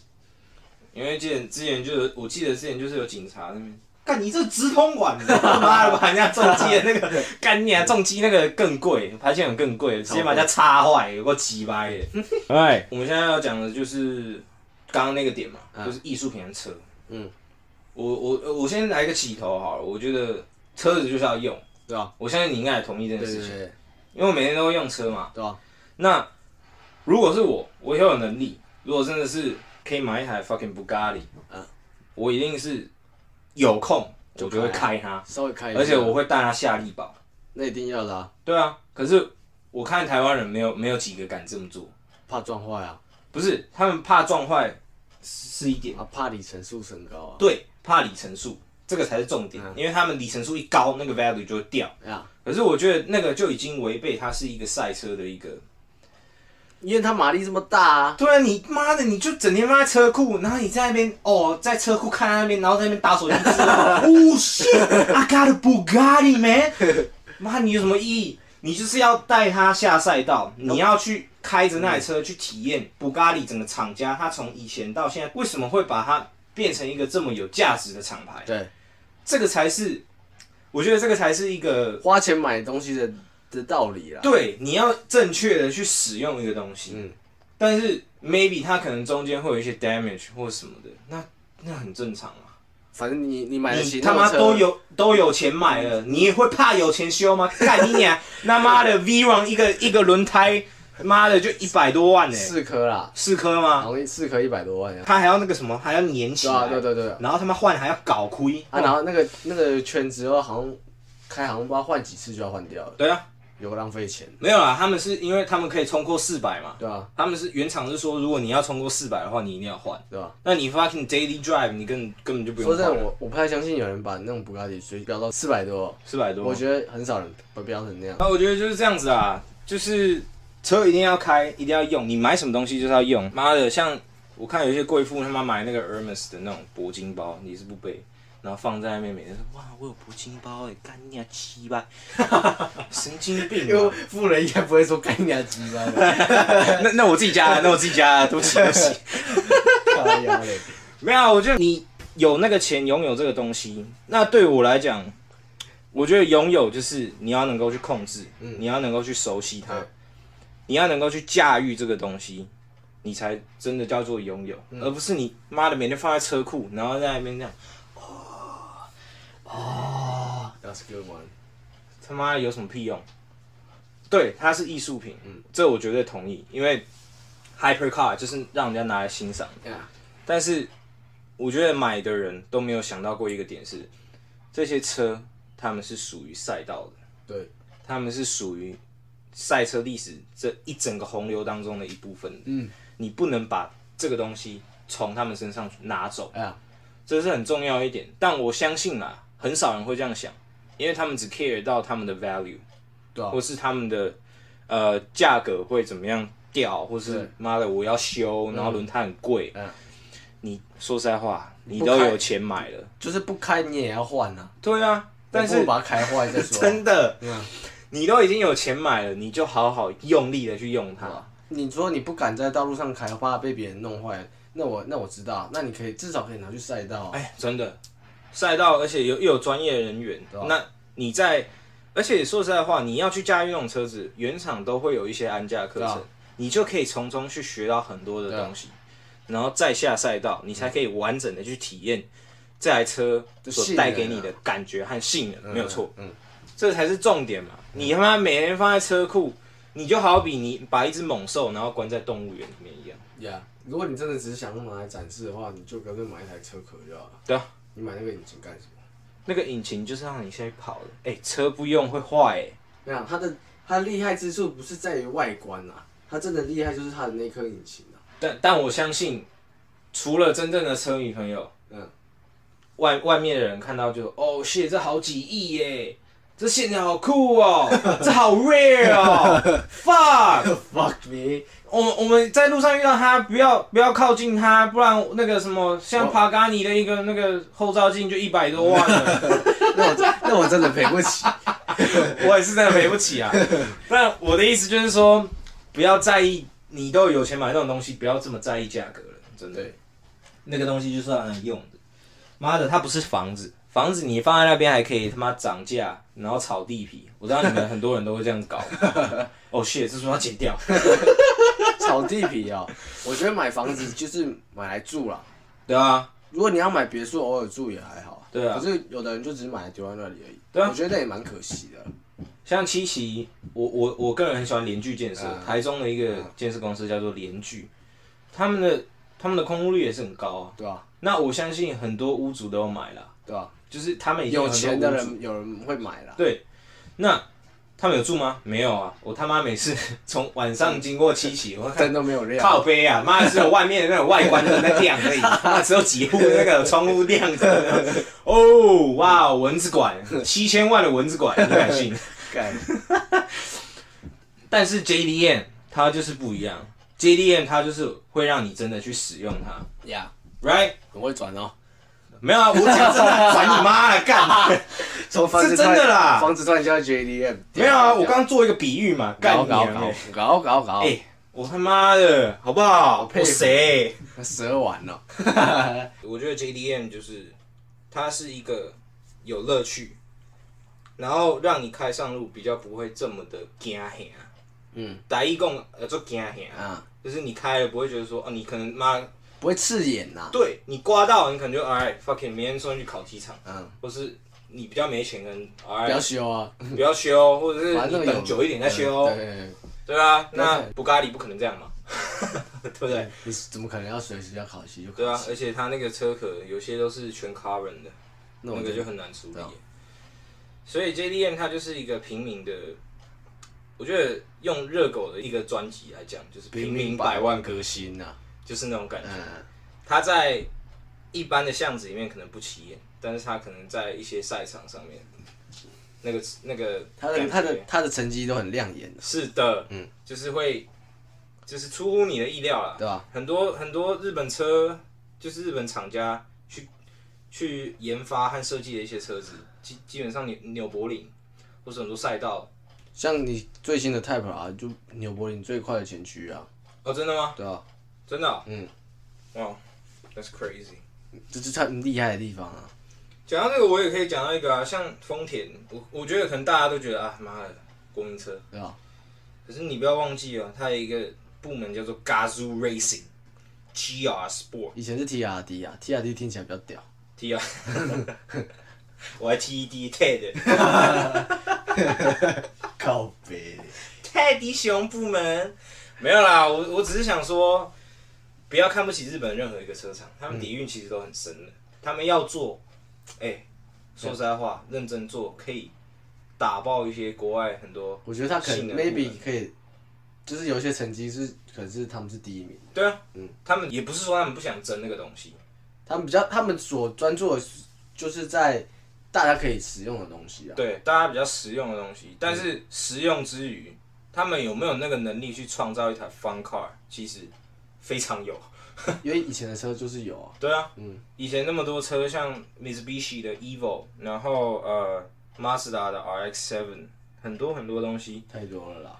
[SPEAKER 2] 因为之前之前就有，我记得之前就是有警察那边，干你这直通管， 他妈的把人家重机的那个，干你啊重机那个更贵，排气管更贵，直接把人家插坏，有够鸡掰的。
[SPEAKER 5] 哎，
[SPEAKER 2] 我们现在要讲的就是刚刚那个点嘛，就是艺术品和车。
[SPEAKER 1] 嗯，
[SPEAKER 2] 我我我先来一个起头好了，我觉得车子就是要用，
[SPEAKER 1] 对啊，
[SPEAKER 2] 我相信你应该也同意这件
[SPEAKER 1] 对
[SPEAKER 2] 事
[SPEAKER 1] 对
[SPEAKER 2] 情，
[SPEAKER 1] 对
[SPEAKER 2] 因为我每天都会用车嘛。
[SPEAKER 1] 对啊，
[SPEAKER 2] 那如果是我，我以后有能力，如果真的是可以买一台 fucking Bugatti，
[SPEAKER 1] 嗯
[SPEAKER 2] 我一定是有空
[SPEAKER 1] 就
[SPEAKER 2] 我就会
[SPEAKER 1] 开
[SPEAKER 2] 开它，
[SPEAKER 1] 稍微开一下，
[SPEAKER 2] 而且我会带它下力宝。
[SPEAKER 1] 那一定要的啊，
[SPEAKER 2] 对啊，可是我看台湾人没有没有几个敢这么做，
[SPEAKER 1] 怕撞坏啊，
[SPEAKER 2] 不是他们怕撞坏是是一点，
[SPEAKER 1] 啊怕里程数升高啊，
[SPEAKER 2] 对，怕里程数这个才是重点，
[SPEAKER 1] 嗯
[SPEAKER 2] 因为他们里程数一高，那个 value 就会掉。
[SPEAKER 1] 对啊，
[SPEAKER 2] 可是我觉得那个就已经违背它是一个赛车的一个
[SPEAKER 1] 因为它马力这么大啊，
[SPEAKER 2] 对啊，你妈的，你就整天放在车库，然后你在那边哦，在车库看那边，然后在那边打手枪，哦 shit，I got a Bugatti man，妈，你有什么意义？你就是要带他下赛道，你要去开着那台车去体验 Bugatti 整个厂家，它从以前到现在为什么会把它变成一个这么有价值的厂牌？
[SPEAKER 1] 对，
[SPEAKER 2] 这个才是，我觉得这个才是一个
[SPEAKER 1] 花钱买东西的的道理啦，啊
[SPEAKER 2] 对，你要正确的去使用一个东西。
[SPEAKER 1] 嗯
[SPEAKER 2] 但是 maybe 它可能中间会有一些 damage 或什么的，那那很正常啊。
[SPEAKER 1] 反正你你买得起
[SPEAKER 2] 你
[SPEAKER 1] 那
[SPEAKER 2] 他
[SPEAKER 1] 种
[SPEAKER 2] 妈
[SPEAKER 1] 车嗯
[SPEAKER 2] 都有都有钱买了，你也会怕有钱修吗？ 干你娘！他妈的 v r o n 一个一个轮胎，妈的就一百多万呢、
[SPEAKER 1] 四颗啦，
[SPEAKER 2] 四颗吗？
[SPEAKER 1] 好像四颗一百多万呀，
[SPEAKER 2] 他还要那个什么，还要粘起
[SPEAKER 1] 对
[SPEAKER 2] 来，
[SPEAKER 1] 啊对对对啊。
[SPEAKER 2] 然后他妈换还要搞亏
[SPEAKER 1] 啊，然后那个那个圈之后好像开航班换几次就要换掉了，
[SPEAKER 2] 对啊，
[SPEAKER 1] 有浪费钱，
[SPEAKER 2] 没有啦，他们是因为他们可以冲过四百嘛，
[SPEAKER 1] 对啊，
[SPEAKER 2] 他们是原厂是说，如果你要冲过四百的话，你一定要换。
[SPEAKER 1] 对吧？
[SPEAKER 2] 那你 fucking daily drive，你根根本就不用
[SPEAKER 1] 说真
[SPEAKER 2] 换
[SPEAKER 1] 的，
[SPEAKER 2] 了，
[SPEAKER 1] 我我不太相信有人把那种布加迪水标到四百多，
[SPEAKER 2] 四百多。
[SPEAKER 1] 我觉得很少人把标成那样。
[SPEAKER 2] 啊，我觉得就是这样子啊，就是车一定要开，一定要用，你买什么东西就是要用。妈的，像我看有一些贵妇他妈买那个 Hermes 的那种铂金包，你是不背，然后放在那边，每天说哇，我有铂金包哎、干你啊鸡巴， 神经 病
[SPEAKER 1] 因为
[SPEAKER 2] 啊！
[SPEAKER 1] 富人应该不会说干你娘鸡巴的，
[SPEAKER 2] 那那我自己加的，那我自己加的，对不起对不起。
[SPEAKER 1] 靠腰嘞
[SPEAKER 2] 没有啊，我觉得你有那个钱拥有这个东西，那对我来讲，我觉得拥有就是你要能够去控制，
[SPEAKER 1] 嗯
[SPEAKER 2] 你要能够去熟悉它
[SPEAKER 1] 对，
[SPEAKER 2] 你要能够去驾驭这个东西，你才真的叫做拥有，
[SPEAKER 1] 嗯
[SPEAKER 2] 而不是你妈的每天放在车库，然后在那边这样，
[SPEAKER 1] ，That's good one。
[SPEAKER 2] 他妈的有什么屁用？对，它是艺术品，
[SPEAKER 1] 嗯
[SPEAKER 2] 这我绝对同意，因为 hypercar 就是让人家拿来欣赏。
[SPEAKER 1] Yeah，
[SPEAKER 2] 但是我觉得买的人都没有想到过一个点是，这些车他们是属于赛道的，
[SPEAKER 1] 对，
[SPEAKER 2] 他们是属于赛车历史这一整个洪流当中的一部分。
[SPEAKER 1] 嗯，
[SPEAKER 2] 你不能把这个东西从他们身上拿走，
[SPEAKER 1] 哎呀，
[SPEAKER 2] 这是很重要一点。但我相信啦，很少人会这样想，因为他们只 care 到他们的 value，
[SPEAKER 1] 对啊
[SPEAKER 2] 或，是他们的呃价格会怎么样掉，或
[SPEAKER 1] 对
[SPEAKER 2] 是妈的我要修，然后轮胎很贵。
[SPEAKER 1] 嗯
[SPEAKER 2] 你说实在话，你
[SPEAKER 1] 不
[SPEAKER 2] 都
[SPEAKER 1] 开
[SPEAKER 2] 有钱买了。
[SPEAKER 1] 就是不开你也要换啊，
[SPEAKER 2] 对啊，但
[SPEAKER 1] 我
[SPEAKER 2] 是
[SPEAKER 1] 不如把它开坏再说。啊
[SPEAKER 2] 真的，
[SPEAKER 1] 嗯
[SPEAKER 2] 你都已经有钱买了，你就好好用力的去用
[SPEAKER 1] 啊
[SPEAKER 2] 它。
[SPEAKER 1] 你说你不敢在道路上开，怕被别人弄坏，那我那我知道，那你可以至少可以拿去晒到、啊。
[SPEAKER 2] 哎，真的，赛道，而且有又有专业人员，
[SPEAKER 1] 对啊
[SPEAKER 2] 那你在，而且说实在话，你要去驾驭那种车子，原厂都会有一些安驾课
[SPEAKER 1] 对
[SPEAKER 2] 程
[SPEAKER 1] 啊，
[SPEAKER 2] 你就可以从中去学到很多的东西，
[SPEAKER 1] 啊
[SPEAKER 2] 然后再下赛道，你才可以完整的去体验这台车所带给你的感觉和性能，没有错，
[SPEAKER 1] 嗯，嗯，
[SPEAKER 2] 这才是重点嘛。你他妈每天放在车库，你就好比你把一只猛兽然后关在动物园里面一样，
[SPEAKER 1] 嗯呀、如果你真的只是想用拿来展示的话，你就干脆买一台车壳就好了。
[SPEAKER 2] 对啊，
[SPEAKER 1] 你买那个引擎干什么？
[SPEAKER 2] 那个引擎就是让你下去跑的，哎、车不用会坏、哎。
[SPEAKER 1] 没有，它的它厉害之处不是在于外观啊，它真的厉害就是它的那颗引擎啊。
[SPEAKER 2] 但但我相信，除了真正的车迷朋友，
[SPEAKER 1] 嗯，
[SPEAKER 2] 外外面的人看到就哦，谢这好几亿耶，这线条好酷哦，这好 rare 哦 ，fuck！
[SPEAKER 1] Fuck me！
[SPEAKER 2] 我我们在路上遇到他，不要不要靠近他，不然那个什么，像
[SPEAKER 1] 我
[SPEAKER 2] 帕嘎尼的一个那个后照镜就一百多万了，
[SPEAKER 1] 那我那我真的赔不起。
[SPEAKER 2] 我也是真的赔不起 啊。但我的意思就是说，不要在意，你都有钱买这种东西，不要这么在意价格了，真的。
[SPEAKER 1] 对，
[SPEAKER 2] 那个东西就是让人用的。妈的，它不是房子，房子你放在那边还可以他妈涨价，然后炒地皮。我知道你们很多人都会这样 搞。哦、shit，这说要剪掉。
[SPEAKER 1] 炒地皮啊、我觉得买房子就是买来住啦。
[SPEAKER 2] 对啊，
[SPEAKER 1] 如果你要买别墅，偶尔住也还好。
[SPEAKER 2] 对啊
[SPEAKER 1] 可是有的人就只是买来丢在那里而已。
[SPEAKER 2] 对啊
[SPEAKER 1] 我觉得那也蛮可惜的。
[SPEAKER 2] 像七期，我我我个人很喜欢联聚建设，
[SPEAKER 1] 嗯
[SPEAKER 2] 台中的一个建设公司叫做联聚，他们的他们的空屋率也是很高啊。
[SPEAKER 1] 对啊，
[SPEAKER 2] 那我相信很多屋主都有买了，
[SPEAKER 1] 对啊，
[SPEAKER 2] 就是他们已经
[SPEAKER 1] 有
[SPEAKER 2] 很多
[SPEAKER 1] 钱的
[SPEAKER 2] 屋主
[SPEAKER 1] 人有人会买啦。
[SPEAKER 2] 对，那他们有住吗？没有啊！ 我他妈每次从晚上经过七期，我看
[SPEAKER 1] 灯都没有亮。
[SPEAKER 2] 靠背啊，妈只有外面的那种外观的在亮 而已，妈只有几户那个窗户亮着。 哦，哇，蚊子 馆七千万的蚊子馆，你敢信？
[SPEAKER 1] 干，
[SPEAKER 2] 但是 JDM 它就是不一样，JDM 它就是会让你真的去使用它
[SPEAKER 1] 呀，
[SPEAKER 2] ，right？
[SPEAKER 1] 很会转哦。
[SPEAKER 2] 没有啊，我讲真的， 管你妈了，干！
[SPEAKER 1] 从房子
[SPEAKER 2] 是真的啦
[SPEAKER 1] 房子突然叫 JDM。
[SPEAKER 2] 没有啊，我刚刚做一个比喻嘛，干
[SPEAKER 1] 搞
[SPEAKER 2] 你娘
[SPEAKER 1] 搞
[SPEAKER 2] 欸
[SPEAKER 1] 搞啊搞搞搞，
[SPEAKER 2] 哎、我他妈的，好不好？
[SPEAKER 1] 我佩
[SPEAKER 2] 我
[SPEAKER 1] 服
[SPEAKER 2] 谁？
[SPEAKER 1] 蛇丸哦。
[SPEAKER 2] 我觉得 JDM 就是，它是一个有乐趣，然后让你开上路比较不会这么的惊吓。
[SPEAKER 1] 嗯
[SPEAKER 2] 打一共呃做惊吓，
[SPEAKER 1] 啊，
[SPEAKER 2] 就是你开了不会觉得说哦，你可能妈
[SPEAKER 1] 不会刺眼呐。
[SPEAKER 2] 对你刮到，你可能就 alright fucking 明天送你去烤鸡场，
[SPEAKER 1] 嗯，
[SPEAKER 2] 或是你比较没钱，可能
[SPEAKER 1] 不
[SPEAKER 2] alright
[SPEAKER 1] 要修啊，
[SPEAKER 2] 不要修，或者是
[SPEAKER 1] 反正
[SPEAKER 2] 你
[SPEAKER 1] 有
[SPEAKER 2] 等久一点再修，哦
[SPEAKER 1] 对对对
[SPEAKER 2] 嗯对啊，
[SPEAKER 1] 不要
[SPEAKER 2] 那
[SPEAKER 1] 太
[SPEAKER 2] 布咖喱不可能这样嘛， 对不对？
[SPEAKER 1] 你怎么可能要随时要考试就
[SPEAKER 2] 对
[SPEAKER 1] 考
[SPEAKER 2] 啊，
[SPEAKER 1] 试？
[SPEAKER 2] 而且它那个车壳有些都是全 carbon 的，
[SPEAKER 1] 那
[SPEAKER 2] 那
[SPEAKER 1] 我
[SPEAKER 2] 个就
[SPEAKER 1] 就
[SPEAKER 2] 很难处理
[SPEAKER 1] 对啊。
[SPEAKER 2] 所以 JDM 它就是一个平民的，我觉得用热狗的一个专辑来讲，就是平民百万啊歌星，
[SPEAKER 1] 星呐。
[SPEAKER 2] 就是那种感觉。
[SPEAKER 1] 嗯，
[SPEAKER 2] 它在一般的巷子里面可能不起眼，但是它可能在一些赛场上面，那个那个
[SPEAKER 1] 他的
[SPEAKER 2] 感觉
[SPEAKER 1] 他的他的成绩都很亮眼的，
[SPEAKER 2] 是的，
[SPEAKER 1] 嗯，
[SPEAKER 2] 就是会就是出乎你的意料啦。
[SPEAKER 1] 对吧？
[SPEAKER 2] 很多很多日本车，就是日本厂家去去研发和设计的一些车子，基基本上纽纽柏林或是很多赛道。
[SPEAKER 1] 像你最新的 Type R 就纽柏林最快的前驱啊，
[SPEAKER 2] 哦，真的吗？
[SPEAKER 1] 对啊，
[SPEAKER 2] 真的、哦？
[SPEAKER 1] 嗯，
[SPEAKER 2] 哇，That's crazy。
[SPEAKER 1] 这就是他厉害的地方啊。
[SPEAKER 2] 讲到这个，我也可以讲到一个啊，像丰田，我我觉得可能大家都觉得啊，妈的，国民车。
[SPEAKER 1] 对吧？
[SPEAKER 2] 可是你不要忘记哦，它有一个部门叫做 Gazoo Racing，GR Sport。
[SPEAKER 1] 以前是 TRD 啊，TRD 听起来比较屌，
[SPEAKER 2] T 啊， 我还 T E D TED
[SPEAKER 1] 告别
[SPEAKER 2] TED 熊部门没有啦，我我只是想说，不要看不起日本任何一个车厂，他们底蕴其实都很深的，他们要做，哎、说实在话，认真做可以打爆一些国外很多，
[SPEAKER 1] 我觉得他可
[SPEAKER 2] 性
[SPEAKER 1] 能
[SPEAKER 2] 能
[SPEAKER 1] maybe
[SPEAKER 2] 部分
[SPEAKER 1] 可以，就是有一些成绩是，可能是他们是第一名，
[SPEAKER 2] 对啊，
[SPEAKER 1] 嗯
[SPEAKER 2] 他们也不是说他们不想争那个东西，
[SPEAKER 1] 他们比较他们所专注的是就是在大家可以使用的东西啊。
[SPEAKER 2] 对，大家比较实用的东西，但是实用之余，他们有没有那个能力去创造一台 fun car，其实非常有。
[SPEAKER 1] 因为以前的车就是有啊，
[SPEAKER 2] 对啊，
[SPEAKER 1] 嗯
[SPEAKER 2] 以前那么多车，像 Mitsubishi 的 Evo，然后呃 Mazda 的 RX-7，很多很多东西。
[SPEAKER 1] 太多了啦，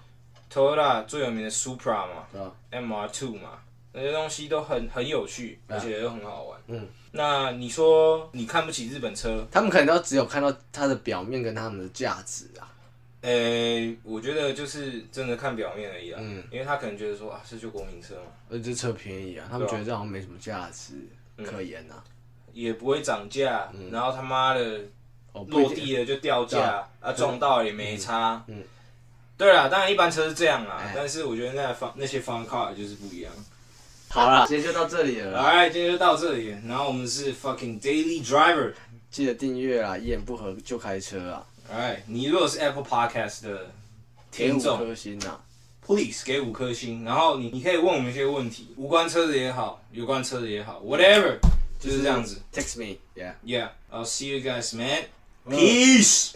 [SPEAKER 2] Toyota 最有名的 Supra 嘛
[SPEAKER 1] 对吧？
[SPEAKER 2] ，MR Two 嘛，那些东西都很很有趣，而且又很好玩。
[SPEAKER 1] 啊嗯，
[SPEAKER 2] 那你说你看不起日本车？
[SPEAKER 1] 他们可能都只有看到它的表面跟他们的价值啊。
[SPEAKER 2] 呃、我觉得就是真的看表面而已啦。
[SPEAKER 1] 嗯
[SPEAKER 2] 因为他可能觉得说啊，这就国民车嘛，
[SPEAKER 1] 而这车便宜啊，他们觉得这好像没什么价值可言
[SPEAKER 2] 嗯
[SPEAKER 1] 啊。
[SPEAKER 2] 也不会涨价，
[SPEAKER 1] 嗯
[SPEAKER 2] 然后他妈的
[SPEAKER 1] 哦，不一
[SPEAKER 2] 落
[SPEAKER 1] 定
[SPEAKER 2] 地了就掉
[SPEAKER 1] 对
[SPEAKER 2] 价
[SPEAKER 1] 啊，
[SPEAKER 2] 啊撞到也没差。
[SPEAKER 1] 嗯嗯
[SPEAKER 2] 对啦，当然一般车是这样啦
[SPEAKER 1] 哎，
[SPEAKER 2] 但是我觉得那方那些方 car 就是不一样。
[SPEAKER 1] 好啦，今天就到这里了啦，
[SPEAKER 2] 来，今天就到这里，然后我们是 fucking daily driver。
[SPEAKER 1] 记得订阅啊，一言不合就开车啊，
[SPEAKER 2] 哎，你如果是 Apple Podcast 的
[SPEAKER 1] 给五
[SPEAKER 2] 听众
[SPEAKER 1] 颗星啊，
[SPEAKER 2] ，please 给五颗星，然后你你可以问我们一些问题，无关车子也好，有关车子也好，whatever，就是这样子。
[SPEAKER 1] ，text me，yeah。
[SPEAKER 2] Yeah，I'll see you guys, man. Peace.